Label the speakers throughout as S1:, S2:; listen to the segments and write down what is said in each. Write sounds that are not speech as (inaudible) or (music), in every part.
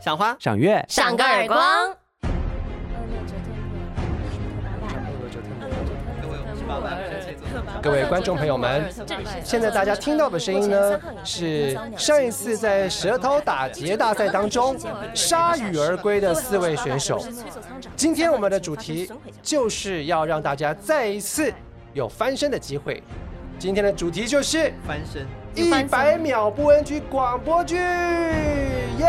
S1: 赏花。
S2: 赏月，
S3: 赏个耳光。
S4: 各位观众朋友们，现在大家听到的声音呢，是上一次在舌头打结大赛当中铩羽而归的四位选手。今天我们的主题就是要让大家再一次有翻身的机会。今天的主题就是
S1: 翻身，
S4: 一百秒不恩剧广播剧，耶！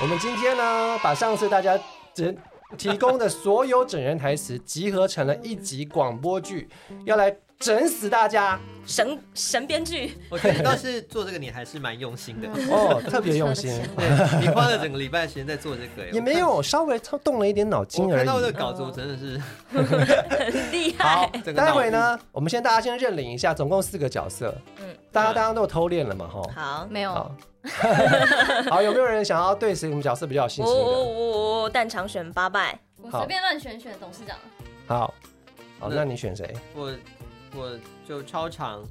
S4: 我们今天呢，把上次大家整提供的所有整人台词集合成了一集广播剧，要来整死大家
S3: 神神编剧，
S1: 我觉得倒是做这个你还是蛮用心的，
S4: (laughs)
S1: (laughs)
S4: 哦，特别用心，
S1: 对你花了整个礼拜的时间在做这个耶，
S4: (laughs) 也没有稍微操动了一点脑
S1: 我
S4: 筋
S1: 看。我
S4: 而
S1: 看到这
S4: 已。
S1: 个稿子，我真的是
S3: 很厉
S1: (laughs)
S4: 好
S3: 害。
S1: 整个，脑
S4: 待会呢，我们先大家先认领一下，总共四个角色，
S3: 嗯，
S4: 大家刚刚都有偷练了嘛，吼。
S3: 好，
S5: 没有，
S4: 好， (laughs) 好，有没有人想要对谁什么角色比较有信
S3: 我
S4: 心
S3: 我
S4: 的？
S3: 我我哦蛋场选八拜，
S5: 我
S4: 好
S5: 随便乱选选董事长。
S4: 好，好，
S1: 那
S4: 那你选谁？
S1: 我我就超长，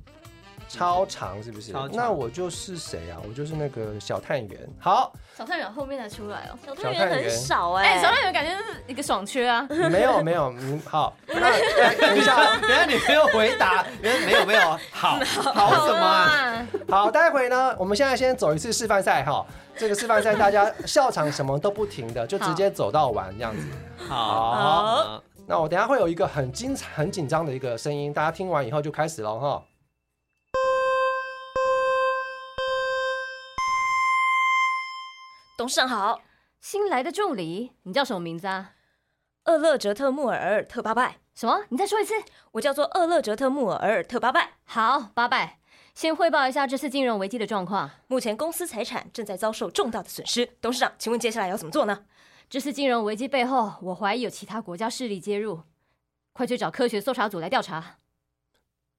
S4: 超长是不是
S1: 超？长
S4: 那我就是谁啊？我就是那个小探员。好，
S5: 小探员后面才出来哦。
S3: 小探员很少
S5: 哎、
S3: 哎，
S5: 小探员感觉就是一个爽缺啊。
S4: 没有没有，嗯，好，那哎等一下，
S1: 原来你没有回答，原来没有没
S4: (laughs)
S1: 有，好好什么啊？
S5: 啊？
S4: 好，待会呢，我们现在先走一次示范赛哈。这个示范赛大家笑场什么都不停的，就直接走到完这样子。啊
S1: 好，好
S4: 那我等一下会有一个很精彩、很紧张的一个声音，大家听完以后就开始了哈。
S3: 董事长好，
S5: 新来的助理，你叫什么名字啊？
S3: 厄勒哲特穆尔尔特八拜，
S5: 什么？你再说一次。
S3: 我叫做厄勒哲特穆尔尔特八拜。
S5: 好，八拜，先汇报一下这次金融危机的状况。
S3: 目前公司财产正在遭受重大的损失，董事长，请问接下来要怎么做呢？
S5: 这次金融危机背后，我怀疑有其他国家势力介入，快去找科学搜查组来调查。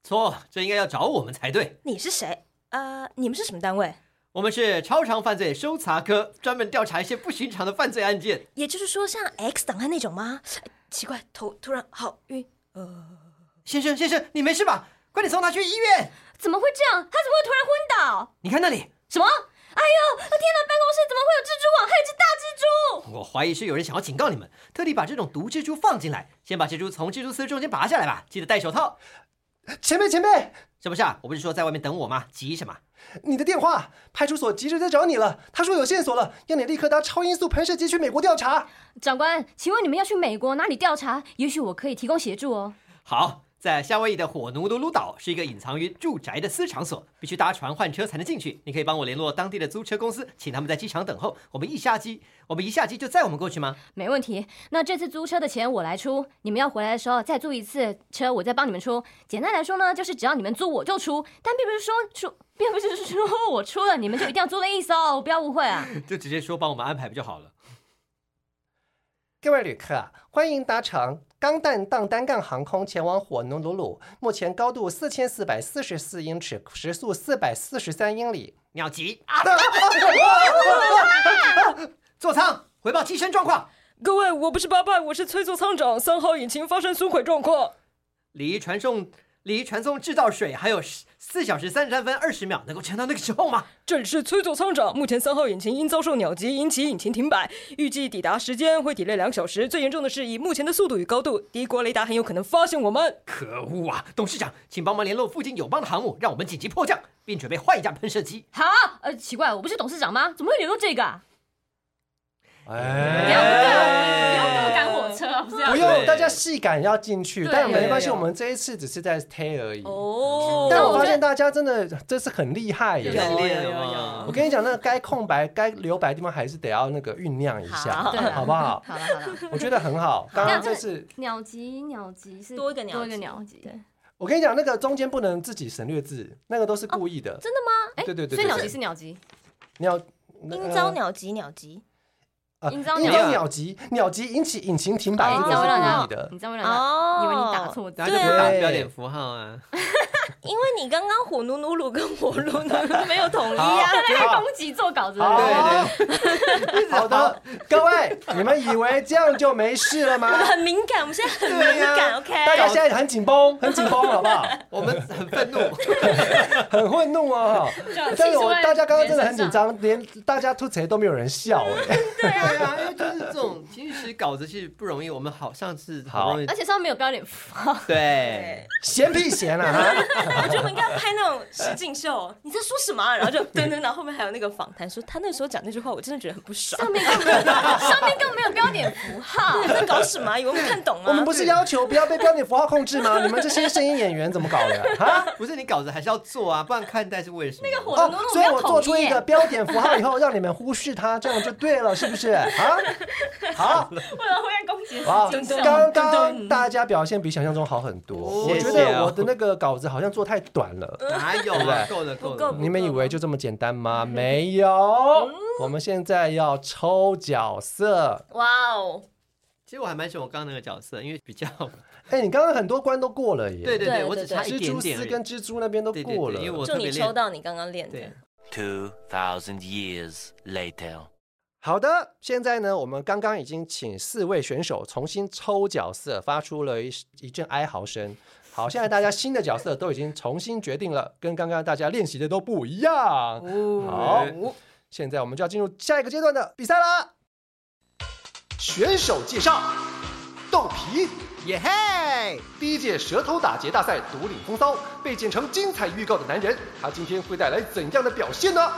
S1: 错，这应该要找我们才对。
S3: 你是谁？啊、你们是什么单位？
S1: 我们是超常犯罪搜查科，专门调查一些不寻常的犯罪案件。
S3: 也就是说，像 X 档案那种吗？哎奇怪，头突然好晕。
S1: 先生，先生，你没事吧？快点送他去医院！
S5: 怎么会这样？他怎么会突然昏倒？
S1: 你看那里，
S5: 什么？哎呦，天哪！办公室怎么会有蜘蛛网？还有一只大蜘蛛！
S1: 我怀疑是有人想要警告你们，特地把这种毒蜘蛛放进来。先把蜘蛛从蜘蛛丝中间拔下来吧，记得戴手套。
S4: 前辈前辈，
S1: 是不是啊？我不是说在外面等我吗？急什么？
S4: 你的电话，派出所急着在找你了，他说有线索了，要你立刻搭超音速喷射机去美国调查。
S5: 长官，请问你们要去美国哪里调查？也许我可以提供协助哦。
S1: 好，在夏威夷的火奴鲁鲁岛是一个隐藏于住宅的私场所，必须搭船换车才能进去。你可以帮我联络当地的租车公司，请他们在机场等候。我们一下机，我们一下机就载我们过去吗？
S5: 没问题，那这次租车的钱我来出，你们要回来的时候再租一次车，我再帮你们出。简单来说呢，就是只要你们租我就出，但并不是说出，并不是说我出了你们就一定要租的意思哦，不要误会啊。
S1: 就直接说帮我们安排不就好了？
S4: 各位旅客，啊欢迎搭乘钢弹荡单杠航空前往火奴鲁鲁，目前高度四千四百四十四英尺，时速四百四十三英里。
S1: 鸟急啊！座舱回报机身状况，
S3: 各位，我不是八拜，我是崔座舱长。三号引擎发生损毁状况。
S1: 离传送离传送制造水还有四小时三十三分二十秒，能够撑到那个时候吗？
S3: 这里是崔座舱长，目前三号引擎因遭受鸟击引起引擎停摆，预计抵达时间会抵累两小时。最严重的是，以目前的速度与高度，敌国雷达很有可能发现我们。
S1: 可恶啊！董事长，请帮忙联络附近友邦的航母，让我们紧急迫降，并准备换一架喷射机。
S5: 好，呃，奇怪，我不是董事长吗？怎么会联络这个啊？
S4: 哎
S5: 不要
S1: 哎
S5: 不要赶火车啊，不是 (laughs) 要
S4: 不
S1: 对
S4: 用，大家细感要进去，
S5: 对
S4: 但没关系，
S3: 对
S4: 我们这一次只是在推而已。
S3: 哦
S4: 但我
S5: 我
S4: 发
S5: 觉
S4: 现大家真的这次很厉害
S1: 有
S4: 耶！
S1: 点
S3: 有有啊
S1: 练
S3: 有
S1: 了
S4: 我
S1: 嘛？
S4: 跟你讲，那个该空白、该留白的地方还是得要那个酝酿一下，
S3: 好
S5: 对啊
S4: 好不好？
S5: 好了好了，
S4: 我觉得很
S5: (laughs)
S4: 好。刚刚这次，
S5: 鸟集鸟集是
S3: 多一个鸟集
S5: 多一个鸟集，
S3: 对
S4: 我跟你讲，那个中间不能自己省略字，那个都是故意的。
S5: 真的吗？哎，
S4: 对对对对
S5: 所以鸟集
S4: 对
S5: 是鸟集，
S4: 鸟，
S3: 应
S4: 呃
S3: 招鸟急鸟急
S4: 啊
S5: 营造
S4: 营
S1: 鸟
S4: 造鸟急，鸟急引起引擎停摆，
S5: 哎
S4: 这
S5: 你
S4: 个
S5: 这
S4: 是
S5: 样会让
S4: 故意
S5: 人
S4: 的，。
S5: 你这样会让人
S3: 哦
S5: 以为你打错字
S1: 大家就不
S5: (laughs)
S4: 对啊
S1: 打标点符号啊！
S3: 因为你刚刚火奴奴鲁跟火奴奴鲁 (laughs) 没有统一啊。
S5: 在攻击做稿子的人。
S4: 好，(laughs)
S5: (laughs)
S4: 好的，各位，你们以为这样就没事了吗？
S3: 很敏感，我们现在
S4: (laughs)
S3: 很敏
S1: 对
S3: 感
S1: 啊
S3: ，OK？
S4: 大家现在很紧绷，很紧绷，好不好？
S1: 我们很愤怒，
S4: 很愤怒啊！但是我大家刚刚真的很紧张，连大家吐槽都没有人笑 (laughs) 哎。
S1: 对啊，因为就是这种情绪史稿子其实不容易，我们好上次好不容易
S5: 而且上面没有标点符号。 (laughs)
S1: 对，
S4: 闲屁闲啊！哈
S3: (laughs) 我觉得我应该拍那种实境秀，你在说什么、啊？然后就噔噔，然后后面还有那个访谈，说他那时候讲那句话，我真的觉得很不
S4: (laughs)
S3: 爽。
S5: 上面更没有，上面更没有标点符号。
S3: 你在搞什么、啊？以为我们看懂吗？
S4: (laughs) 我们不是要求不要被标点符号控制吗？ (laughs) 你们这些声音演员怎么搞的啊？
S1: 不是你稿子还是要做啊，不然看待是为了什么？
S5: 那个火
S4: 哦
S5: 龙，
S4: 所以 (laughs) 我做出一个标点符号以后，让你们忽视它，这样就对了，是不是啊？ (laughs) 好，
S3: 为了会让攻击
S4: 啊
S3: 实境秀，
S4: 刚刚大家表现比想象中好很多，我
S1: 谢谢
S4: 觉
S1: 哦
S4: 得我的那个稿子好像做太短了。
S1: 哪有啊？够了够
S3: 不够
S1: 了，
S4: 你们以为就这么简单
S1: 嗯
S4: 吗？没有，我们现在要抽角色。
S5: 哇哦，
S1: 其实我还蛮喜欢我刚刚那个角色，因为比较
S4: 哎，你刚刚很多关都过了耶，
S1: 对对
S5: 对
S1: 我只
S5: 对对
S1: 差一
S4: 蜘
S1: 点
S4: 蛛
S1: 点而
S4: 丝
S1: 已，
S4: 跟蜘蛛那边都
S1: 对对
S4: 过
S1: 对，
S4: 了
S1: 因。为我
S3: 就
S1: 特别
S3: 哦你抽
S1: 练。
S3: 到你刚刚练的
S1: 对，
S2: 2,000 years later.
S4: 好的，现在呢，我们刚刚已经请四位选手重新抽角色，发出了一一阵哀嚎声。好，现在大家新的角色都已经重新决定了，跟刚刚大家练习的都不一样。好，
S1: 哦
S4: 现在我们就要进入下一个阶段的比赛啦。选手介绍：豆皮，耶嘿！第一届舌头打结大赛独领风骚，被剪成精彩预告的男人，他今天会带来怎样的表现呢？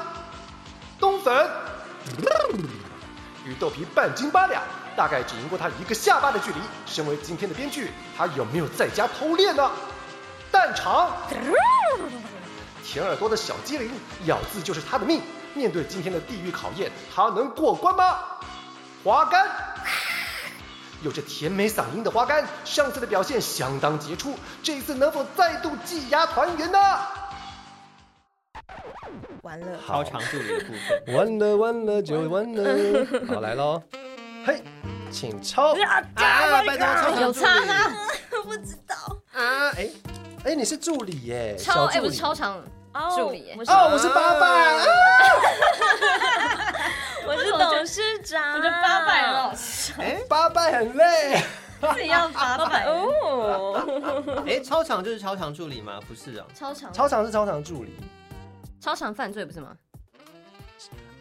S4: 东粉与豆皮半斤八两，大概只赢过他一个下巴的距离。身为今天的编剧，他有没有在家偷练呢？蛋肠，甜耳朵的小机灵，咬字就是他的命。面对今天的地狱考验，他能过关吗？花干，有着甜美嗓音的花干，上次的表现相当杰出，这一次能否再度技压团圆呢？
S3: 完了，
S1: 超长助理的部分，
S4: 完了完了就完了， (laughs) 好来喽，嘿，请抽
S5: 哎
S3: 啊
S1: 啊，拜托超长助理
S5: 有差啊吗？
S3: 不知道
S4: 啊！哎哎，你是助理耶，
S5: 超
S4: 小
S5: 哎，
S4: 助
S5: 不是
S4: 理。
S5: 超长助理耶
S3: 我，是
S4: 哦，我是爸爸，啊
S3: 我是董事长，我
S6: 我就八百了，，
S4: 爸爸哎很累。 (laughs)
S6: 自己要八百。
S3: 哦，
S1: 哎，超长就是超长助理吗？不是啊，
S5: 超长
S4: 超常是超常助理，
S5: 超长犯罪不是吗？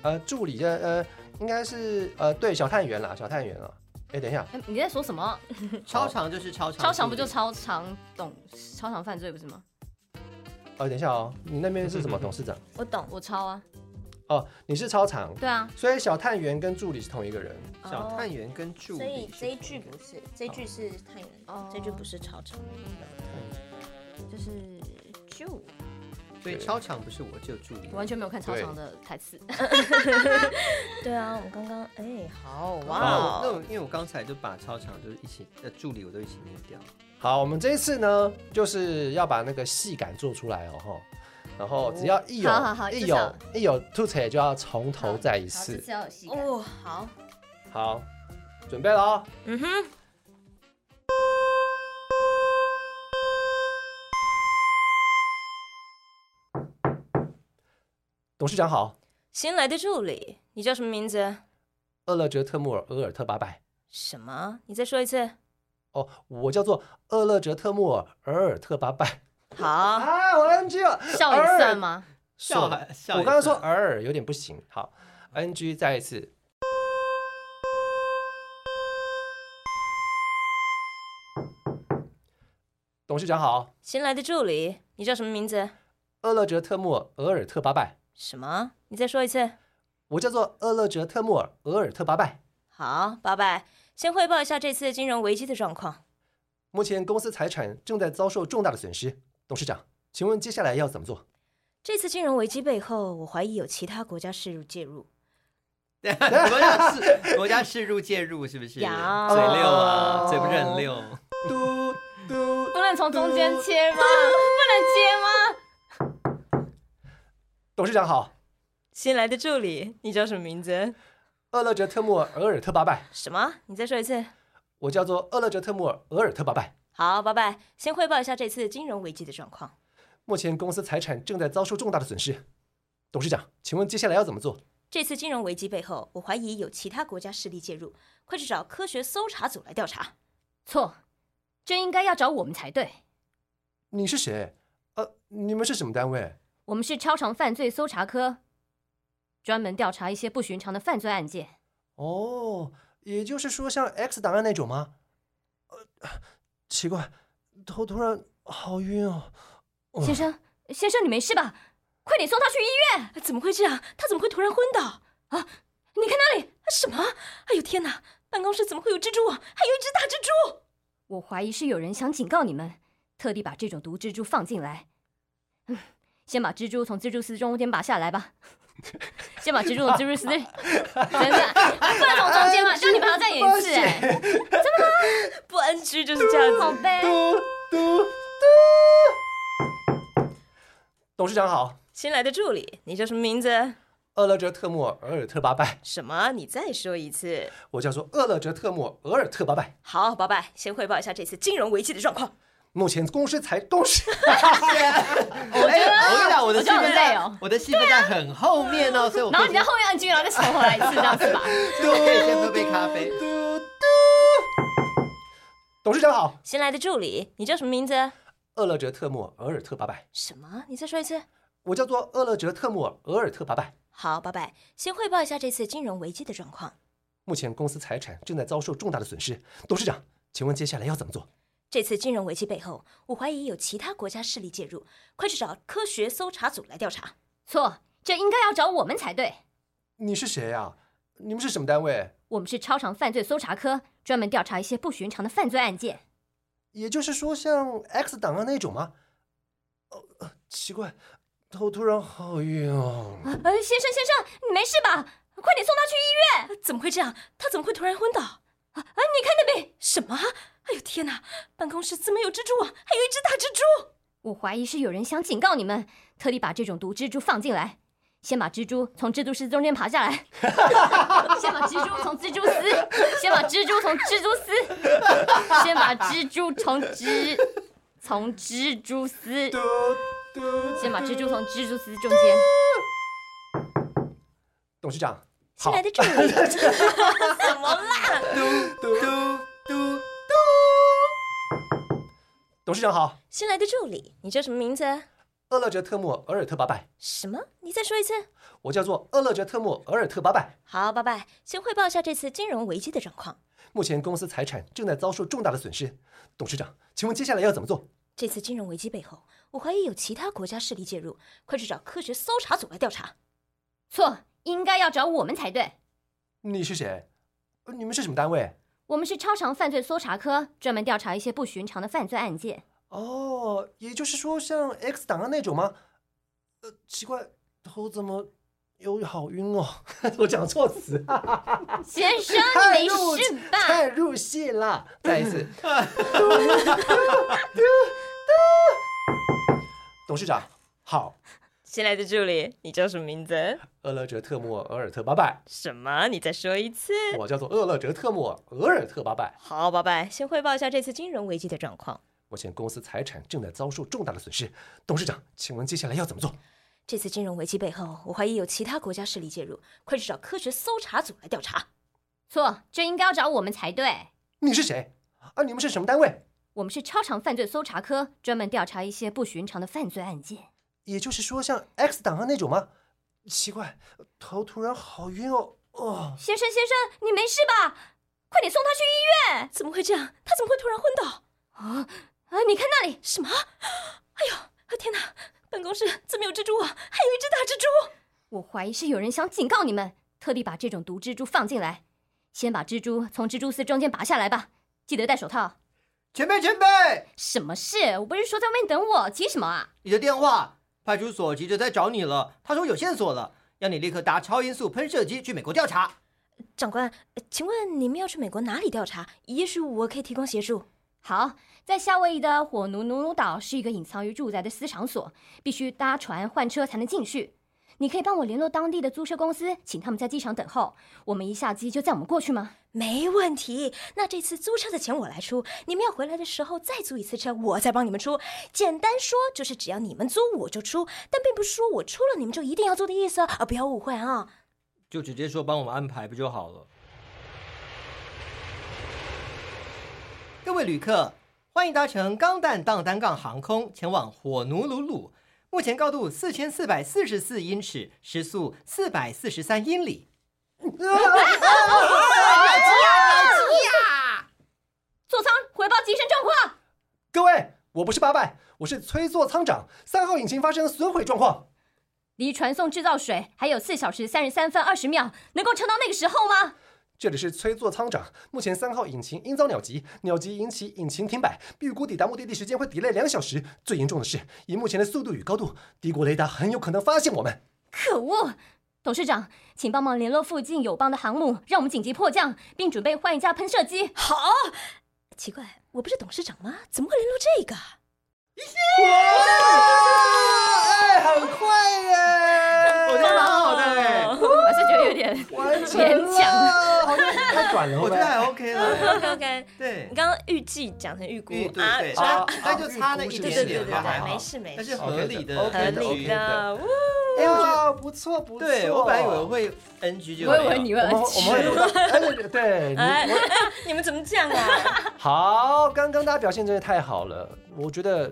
S4: 呃，助理呃呃，应该是呃对小探员啦，小探员啊。哎，等一下，
S5: 哎，你在说什么？
S1: 超长就是超长，
S5: 超长不就？超长懂超长犯罪不是吗？
S4: 呃，等一下哦，你那边是什么董事
S5: (laughs)
S4: 长？
S5: 我懂，我超啊，
S4: 哦，你是超常，
S5: 对啊，
S4: 所以小探员跟助理是同一个人。
S1: 小探员跟助
S6: 所以
S1: 理，
S6: 这一句不是，这一句是太原
S5: 哦，
S6: 这句不是超长，
S5: 就是就
S1: 所以超长不是我，只有助理
S5: 我。完全没有看超
S4: (laughs)
S5: 长的台词，
S6: 对啊，我刚刚哎好
S3: 哦
S1: 啊，我那
S6: 哇，
S1: 我因为我刚才就把超长就是一起呃助理我都一起念掉，
S4: 好，我们这一次呢，就是要把那个戏感做出来哦，哈。然后只要一有、
S5: 哦好好好
S4: 一
S5: 至
S4: 有
S5: 少
S4: 一有吐槽，就要从头再一
S5: (laughs) 好这
S4: 次。
S5: 次要有戏感。
S6: 哦好，
S4: 好，准备了哦。
S3: 嗯哼，
S4: 董事长好，
S3: 新来的助理，你叫什么名字？
S4: 厄勒哲特穆尔厄尔特八百。
S3: 什么？你再说一次。
S4: 哦，我叫做厄勒哲特穆尔尔尔特八百。
S5: 哦
S3: 好，
S4: 啊，我 NG 了。
S5: 笑也算吗？
S1: 笑
S4: 算
S1: 还笑 (laughs)
S4: 我
S1: 也
S4: 刚刚说
S1: 算
S4: 尔尔有点不行。好，NG 再一次。董事长好，
S3: 新来的助理，你叫什么名字？
S4: 厄勒哲特穆尔尔尔特八百。
S3: 什么？你再说一次。
S4: 我叫做厄勒哲特穆尔尔尔特八百。
S3: 好，八百，先汇报一下这次金融危机的状况。
S4: 目前公司财产正在遭受重大的损失。董事长，请问接下来要怎么做？
S3: 这次金融危机背后，我怀疑有其他国家势力介入。
S1: 国家是国家是入介入是不是？嘴
S3: 有
S1: 溜啊，嘴不认溜。 (laughs)
S4: 嘟嘟，
S5: 不能从中间切
S4: 啊
S5: 吗？不能接吗？
S4: 董事长好，
S3: 新来的助理，你叫什么名字？
S4: 厄勒哲特穆尔尔尔特八百，
S3: 什么？你再说一次。
S4: 我叫做厄勒哲特穆尔尔尔特八百。
S3: 好，八百，先汇报一下这次金融危机的状况。
S4: 目前公司财产正在遭受重大的损失。董事长，请问接下来要怎么做？
S3: 这次金融危机背后，我怀疑有其他国家势力介入，快去找科学搜查组来调查。啊
S5: 错，就应该要找我们才对。
S4: 你是谁？呃，你们是什么单位？
S5: 我们是超常犯罪搜查科，专门调查一些不寻常的犯罪案件。
S4: 哦，也就是说像 X 档案那种吗？呃，奇怪，头突然好晕哦。
S5: 先生，先生，你没事吧？快点送他去医院！
S3: 哎怎么会这样？他怎么会突然昏倒啊？
S5: 你看那里，
S3: 什么？哎呦天哪！办公室怎么会有蜘蛛网？啊还有一只大蜘蛛！
S5: 我怀疑是有人想警告你们，特地把这种毒蜘蛛放进来。嗯，先把蜘蛛从蜘蛛丝中间拔下来吧。先把蜘蛛从蜘蛛丝，真的，不能从中间嘛，就你们还要再演一次、哎，
S3: 不安居就是这样子。
S5: 好呗。
S4: (laughs) 董事长好，
S3: 新来的助理，你叫什么名字？
S4: 厄勒哲特穆尔尔特八拜，
S3: 什么？你再说一次。
S4: 我叫做厄勒哲特穆尔尔特八拜。
S3: 好，八拜，先汇报一下这次金融危机的状况。
S4: 目前公司才公 (laughs) 司，
S1: 我觉得哎我跟你讲，我的
S5: 我
S1: 戏
S5: 觉得
S1: 份
S5: 很累
S1: 在
S5: 哦，
S1: 我的戏份在很后面哦，所以我
S5: 然
S1: 可
S5: 后
S1: 以
S5: 你在后面按军，然后再重回来一次，这样子吧。
S1: 可以先喝杯咖啡。
S4: 董事长好，
S3: 新来的助理，你叫什么名字？
S4: 厄勒哲特穆尔尔特八拜。
S3: 什么？你再说一次。
S4: 我叫做厄勒哲特穆尔尔特八拜。
S3: 好，八拜，先汇报一下这次金融危机的状况。
S4: 目前公司财产正在遭受重大的损失。董事长，请问接下来要怎么做？
S3: 这次金融危机背后，我怀疑有其他国家势力介入，快去找科学搜查组来调查。
S5: 错，这应该要找我们才对。
S4: 你是谁呀、啊你们是什么单位？
S5: 我们是超常犯罪搜查科，专门调查一些不寻常的犯罪案件。
S4: 也就是说，像 X 档案那种吗？哦，呃奇怪，头突然好晕哦。
S3: 啊
S5: 呃，先生，先生，你没事吧？快点送他去医院！
S3: 呃怎么会这样？他怎么会突然昏倒？
S5: 啊，你看那边，
S3: 什么？哎呦天哪！办公室怎么有蜘蛛网？还有一只大蜘蛛！
S5: 我怀疑是有人想警告你们，特地把这种毒蜘蛛放进来。先把蜘蛛从蜘蛛丝中间爬下来， (laughs) 先把蜘蛛从蜘蛛丝，先把蜘蛛从蜘蛛丝，先把蜘蛛从蜘从蜘蛛丝，先把蜘蛛从蜘蛛丝中间。
S4: 董事长，
S3: 新
S4: 好
S3: 来，的助理， (laughs) 怎么啦？
S4: 董事长好，
S3: 新来的助理，你叫什么名字？啊
S4: 厄勒哲特穆尔尔特八拜，
S3: 什么？你再说一次。
S4: 我叫做厄勒哲特穆尔尔特八拜。
S3: 好，拜拜。先汇报一下这次金融危机的状况。
S4: 目前公司财产正在遭受重大的损失。董事长，请问接下来要怎么做？
S3: 这次金融危机背后，我怀疑有其他国家势力介入，快去找科学搜查组来调查。
S5: 错，应该要找我们才对。
S4: 你是谁？呃你们是什么单位？
S5: 我们是超常犯罪搜查科，专门调查一些不寻常的犯罪案件。
S4: 哦，也就是说像 X 档案那种吗？呃，奇怪，头怎么有好晕哦？ (laughs) 我讲错词，啊
S5: 先生，
S4: 太
S5: 你
S4: 入
S5: 没事吧？
S4: 太入戏了。再一次，董事长好，
S3: (laughs) 新来的助理，你叫什么名字？
S4: 厄勒哲特莫尔特八拜，
S3: 什么？你再说一次。
S4: 我叫做厄勒哲特莫尔特八拜。
S3: 好，拜拜。先汇报一下这次金融危机的状况。
S4: 目前公司财产正在遭受重大的损失，董事长，请问接下来要怎么做？
S3: 这次金融危机背后，我怀疑有其他国家势力介入，快去找科学搜查组来调查。
S5: 错，这应该要找我们才对。
S4: 你是谁？啊，你们是什么单位？
S5: 我们是超常犯罪搜查科，专门调查一些不寻常的犯罪案件。
S4: 也就是说，像 X 档案那种吗？奇怪，头突然好晕哦。哦，
S5: 先生，先生，你没事吧？快点送他去医院！
S3: 怎么会这样？他怎么会突然昏倒？
S5: 啊，你看那里，
S3: 什么？哎呦，啊天哪！办公室怎么有蜘蛛网？还有一只大蜘蛛！
S5: 我怀疑是有人想警告你们，特地把这种毒蜘蛛放进来。先把蜘蛛从蜘蛛丝中间拔下来吧，记得戴手套。
S1: 前辈，前辈，
S5: 什么事？我不是说在外面等我，急什么啊？
S1: 你的电话，派出所急着在找你了，他说有线索了，要你立刻搭超音速喷射机去美国调查。
S3: 长官，呃请问你们要去美国哪里调查？也许我可以提供协助。
S5: 好，在夏威夷的火奴奴奴岛是一个隐藏于住宅的私场所，必须搭船换车才能进去。你可以帮我联络当地的租车公司，请他们在机场等候。我们一下机就载我们过去吗？
S3: 没问题，那这次租车的钱我来出，你们要回来的时候再租一次车，我再帮你们出。简单说就是只要你们租我就出，但并不是说我出了你们就一定要租的意思啊，啊不要误会啊。
S1: 就直接说帮我们安排不就好了？各位旅客，欢迎搭乘钢弹荡单杠航空前往火奴鲁鲁。目前高度四千四百四十四英尺，时速四百四十三英里。
S5: 座舱回报机身状况，
S4: 各位，我不是八百，我是崔座舱长。三号引擎发生损毁状况，
S5: 离传送制造水还有四小时三十三分二十秒，能够撑到那个时候吗？
S4: 这里是崔座舱长。目前三号引擎因遭鸟击，鸟击引起引擎停摆，预估抵达目的地时间会 delay 两小时。最严重的是，以目前的速度与高度，敌国雷达很有可能发现我们。
S5: 可恶！董事长，请帮忙联络附近友邦的航母，让我们紧急迫降，并准备换一架喷射机。
S3: 好，奇怪，我不是董事长吗？怎么会联络这个？
S4: 哎，很快耶！
S1: 我觉得蛮好的哎，
S5: 我是觉得有点
S4: 完成了
S5: 勉强。，
S4: 好像太短了，
S1: 我觉得还 OK 了。
S6: OK (laughs) OK，
S1: 对
S6: 你，刚刚预计讲成预估
S1: 对对
S6: 啊，
S1: 对，哦
S6: 啊
S1: 那那就差那一
S6: 对对
S1: 点
S6: 对
S1: 点
S6: 对
S1: 吧，
S6: 对，
S1: 还好
S6: 没事没
S1: 但是
S6: 事，
S1: 合理的，
S4: OK
S6: 合
S4: 的
S6: 理
S4: OK
S6: 的，呜
S4: 哎，我觉得不错不错。
S1: 对我本来以为会 NG 就
S5: 我
S1: 没
S5: 以
S1: 有
S5: 为你会
S4: 我们我们会
S5: 很
S4: 哎对，你
S6: 哎，哎 (laughs) 你们怎么这样啊？
S4: 好，刚刚大家表现真的太好了，我觉得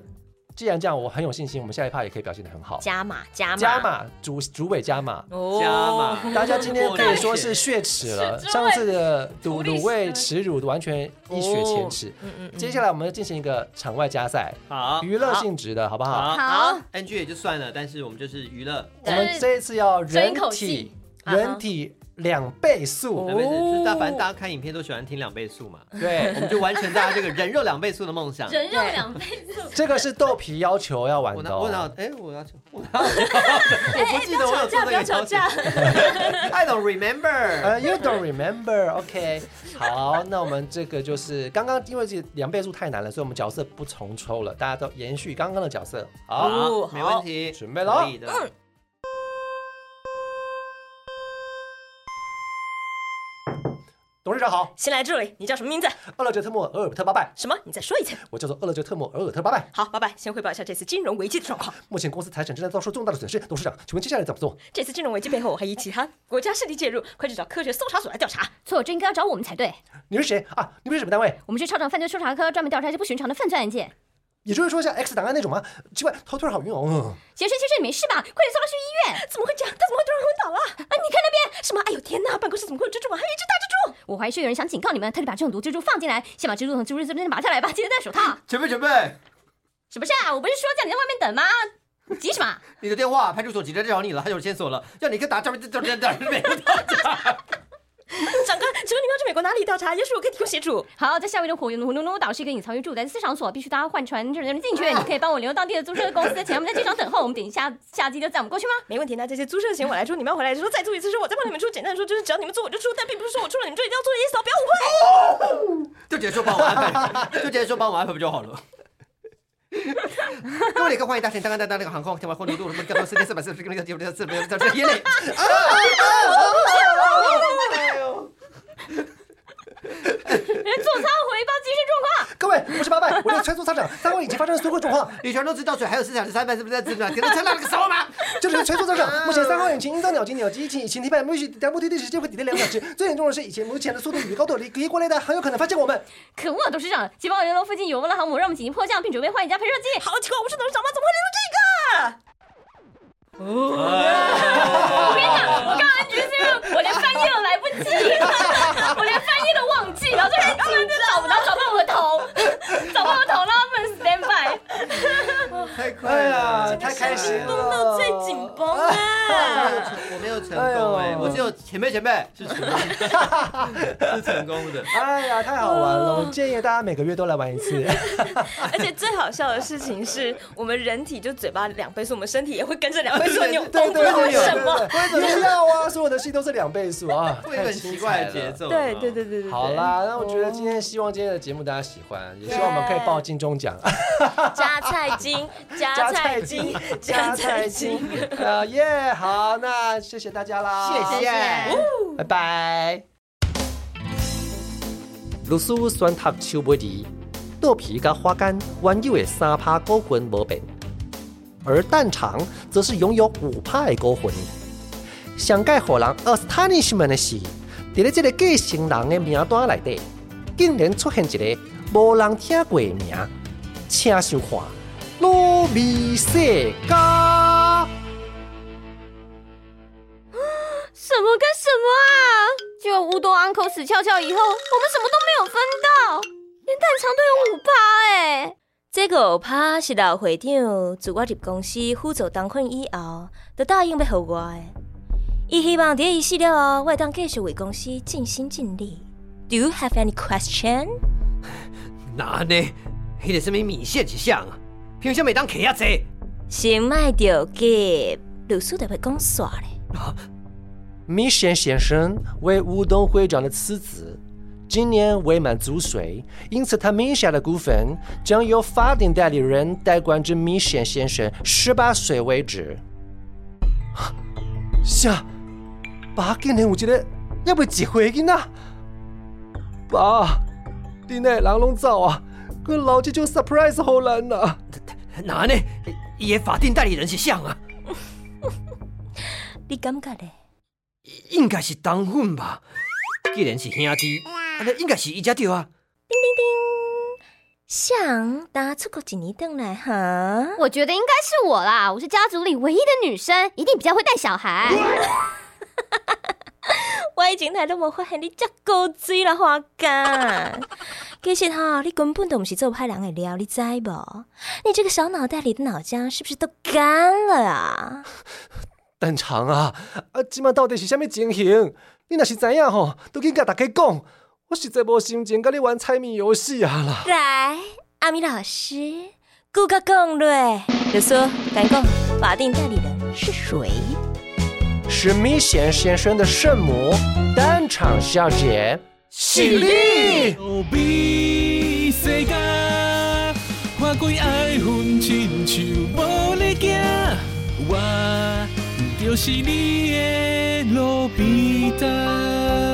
S4: 既然这样，我很有信心，我们下一趴也可以表现得很好。
S6: 加码加码
S4: 加码主主委加码，
S6: 哦
S1: 加码， (laughs)
S4: 大家今天可以说是血耻了，上次的赌卤味耻辱完全一雪前耻。
S6: 嗯嗯嗯，
S4: 接下来我们进行一个场外加赛，
S1: 好
S4: 娱乐性质的好不好？
S1: 好
S5: 好，
S1: NG 也就算了，但是我们就是娱乐，
S4: 我们这一次要人体
S6: 争一口气哦
S4: 人体两倍速，
S1: 两倍速就是大，反正大家看影片都喜欢听两倍速嘛，
S4: 对
S1: 我，们就完成大家这个人肉两倍速的梦想。
S5: (laughs) 人肉两倍速，
S4: 这个是豆皮要求要玩
S1: 我
S4: 的
S1: 拿
S4: 哦。
S1: 我拿哎，我拿我拿，我不记得我有做这个要求。I (laughs) don't remember。
S4: 呃、y o u don't remember，OK，、好，那我们这个就是刚刚因为这两倍数太难了，所以我们角色不重抽了，大家都延续刚刚的角色。好，
S1: 好，没问题，
S4: 准备咯
S1: 可以的。
S4: 董事长好，
S6: 先来这里，你叫什么名字？
S4: 厄勒哲特莫尔尔特八拜，
S6: 什么？你再说一次。
S4: 我叫做厄勒哲特莫尔尔特八拜。
S6: 好，拜拜。先汇报一下这次金融危机的状况。
S4: 目前公司财产正在遭受重大的损失，董事长，请问接下来怎么做？
S6: 这次金融危机背后，我还以其他国家势力介入，快去找科学搜查所来调查。
S5: 错，这应该要找我们才对。
S4: 你是谁啊？你们是什么单位？
S5: 我们是超常犯罪搜查科，专门调查一些不寻常的犯罪案件。
S4: 也就是说一下 X 档案那种吗？奇怪，头腿好晕哦。
S5: 先生先生，你没事吧？快点送他去医院！
S6: 怎么会这样？他怎么会突然昏倒了？
S5: 啊，你看那边，
S6: 什么？哎呦天哪！办公室怎么会有蜘蛛网？还有一只大蜘蛛！
S5: 我怀疑是有人想警告你们，特地把中毒蜘蛛放进来，先把蜘蛛从蜘蛛丝这边拔下来吧，记得戴手套。
S1: 准备准备，
S5: 什么事啊？我不是说叫你在外面等吗？你急什么？
S1: 你的电话，派出所急着找你了，他有线索了，要你跟打照片，这这这没有打
S6: 长官，请问您要去美国哪里调查？也许我可以提供协助。
S5: 好，在夏威夷的火奴奴奴岛是一个隐藏于住宅的私场所，必须搭换船就能进去。你可以帮我联络当地的租车公司，请他们在机场等候，我们等一下下机就载我们过去吗？
S6: 没问题，那这些租车的钱我来出，你们要回来的时候再出一次车，我再帮你们出。简单的说就是，只要你们做我就出，但并不是说我出了你们就一定要做的意思哦，不要误会。
S1: 就直接说帮我安排，就直接说帮我安排不就好了？各位旅客，欢迎搭乘刚刚搭那个航空，天华空旅度什么高度四千四百四十公里，九六四百四十英里。
S5: 座舱回报机
S4: 各位，我是八拜，我是崔座舱长，三号引擎发生了损毁状况，
S1: 旅程中制造水还有四小时三百四十四秒，停能撑到那个什么吗？
S4: 这里是崔座舱长。目前三号引擎因遭鸟击，鸟击引起引擎停摆，目前抵达目的地时间会抵达两小时。最严重的是，以前目前的速度与高度离敌国雷达很有可能发现我们。
S5: 身状况。可恶，董事长，请帮我联络附近有无的航母，让我们紧急迫降，并准备换一架喷射机。
S6: 好奇怪，我是董事长吗？怎么会
S5: 我跟你讲，我刚刚 NG 是因为我连翻译都来不及，我连翻译都忘记，然后就很紧张，然后找不到我的头，找不到我的头，让他们 stand by。
S1: 太
S4: 哎
S1: 快
S4: 呀，
S1: 了，
S4: 太开心
S6: 联
S4: 了！
S6: 络这个？到最紧绷
S4: (laughs)
S6: 啊！
S1: 我没有成功哎、
S4: 哎呦
S1: 我只有前辈前辈是成功的，是成功的。
S4: 哎呀，太好玩了！我建议大家每个月都来玩一次。
S6: (laughs) 而且最好笑的事情是，我们人体就嘴巴两倍速，我们身体也会跟着两倍速扭
S4: (laughs) 对
S6: 动，不知
S4: 对
S6: 道为
S4: 对
S6: 什么。
S4: 对，也要啊！所有的戏都是两倍速啊，
S1: 会有一个很奇怪的节奏。
S6: 对对。对对对，
S4: 好啦，那我觉得今天希望今天的节目大家喜欢，也希望我们可以报金钟奖，
S6: 加菜
S4: (laughs)
S6: 金，加菜金，
S4: 加菜金，啊耶！好，那谢谢大家啦，
S1: 谢谢，
S4: 拜拜。律师选读手尾字，豆皮甲花干原有的三趴股份无变，而蛋肠则是拥有五趴的股份。上届互人 astonishment 的是，伫咧这个继承人的名单内底，竟然出现一个无人听过的名，请收看《罗密世家》。
S5: 有死翘翘以后，我们什么都没有分到，连蛋肠都有五趴哎。
S3: 这个五趴是老会长自我入公司辅助当困以后，就答应要给我的。伊希望伫伊死了后，我会哦当继续为公司尽心尽力。Do you have any question？
S1: 哪呢？迄个什么米线一项啊？凭什么当啊起遐济？
S3: 先卖着急，律师就要讲煞咧。
S4: 米线先生为乌东会长的妻子，今年未满足岁，因此他名下的股份将由法定代理人代管至米线先生十八岁为止。是啊，爸今年有一个要不一岁 (laughs) 囡仔，爸，你那人拢走啊，佮老子就 surprise 好咱啊！
S1: 哪呢？伊的法定代理人是谁啊？
S3: 你感觉咧？
S1: 应该是当混吧。既然是兄弟，安尼应该是伊才对啊。
S3: 想打出国一年回来哈？
S5: 我觉得应该是我啦，我是家族里唯一的女生，一定比较会带小孩。
S3: 我以前来都无发现你遮高追啦，花
S6: (laughs)
S3: 家。其实哈、你根本都不是做派人的料，你知无？你这个小脑袋里的脑浆是不是都干了啊？
S4: 蛋肠啊，啊，即马到底是虾米情形？你若是知影吼，都紧甲大家讲，我实在无心情甲你玩猜谜游戏啊啦。
S3: 来，阿米老师，顾个讲嘞，就说敢讲法定代理人是谁？
S4: 是米线先生的圣母蛋肠小姐。
S1: 是你。
S7: 逃避世界，看开爱恨亲像无咧行，我就是你的路边摊。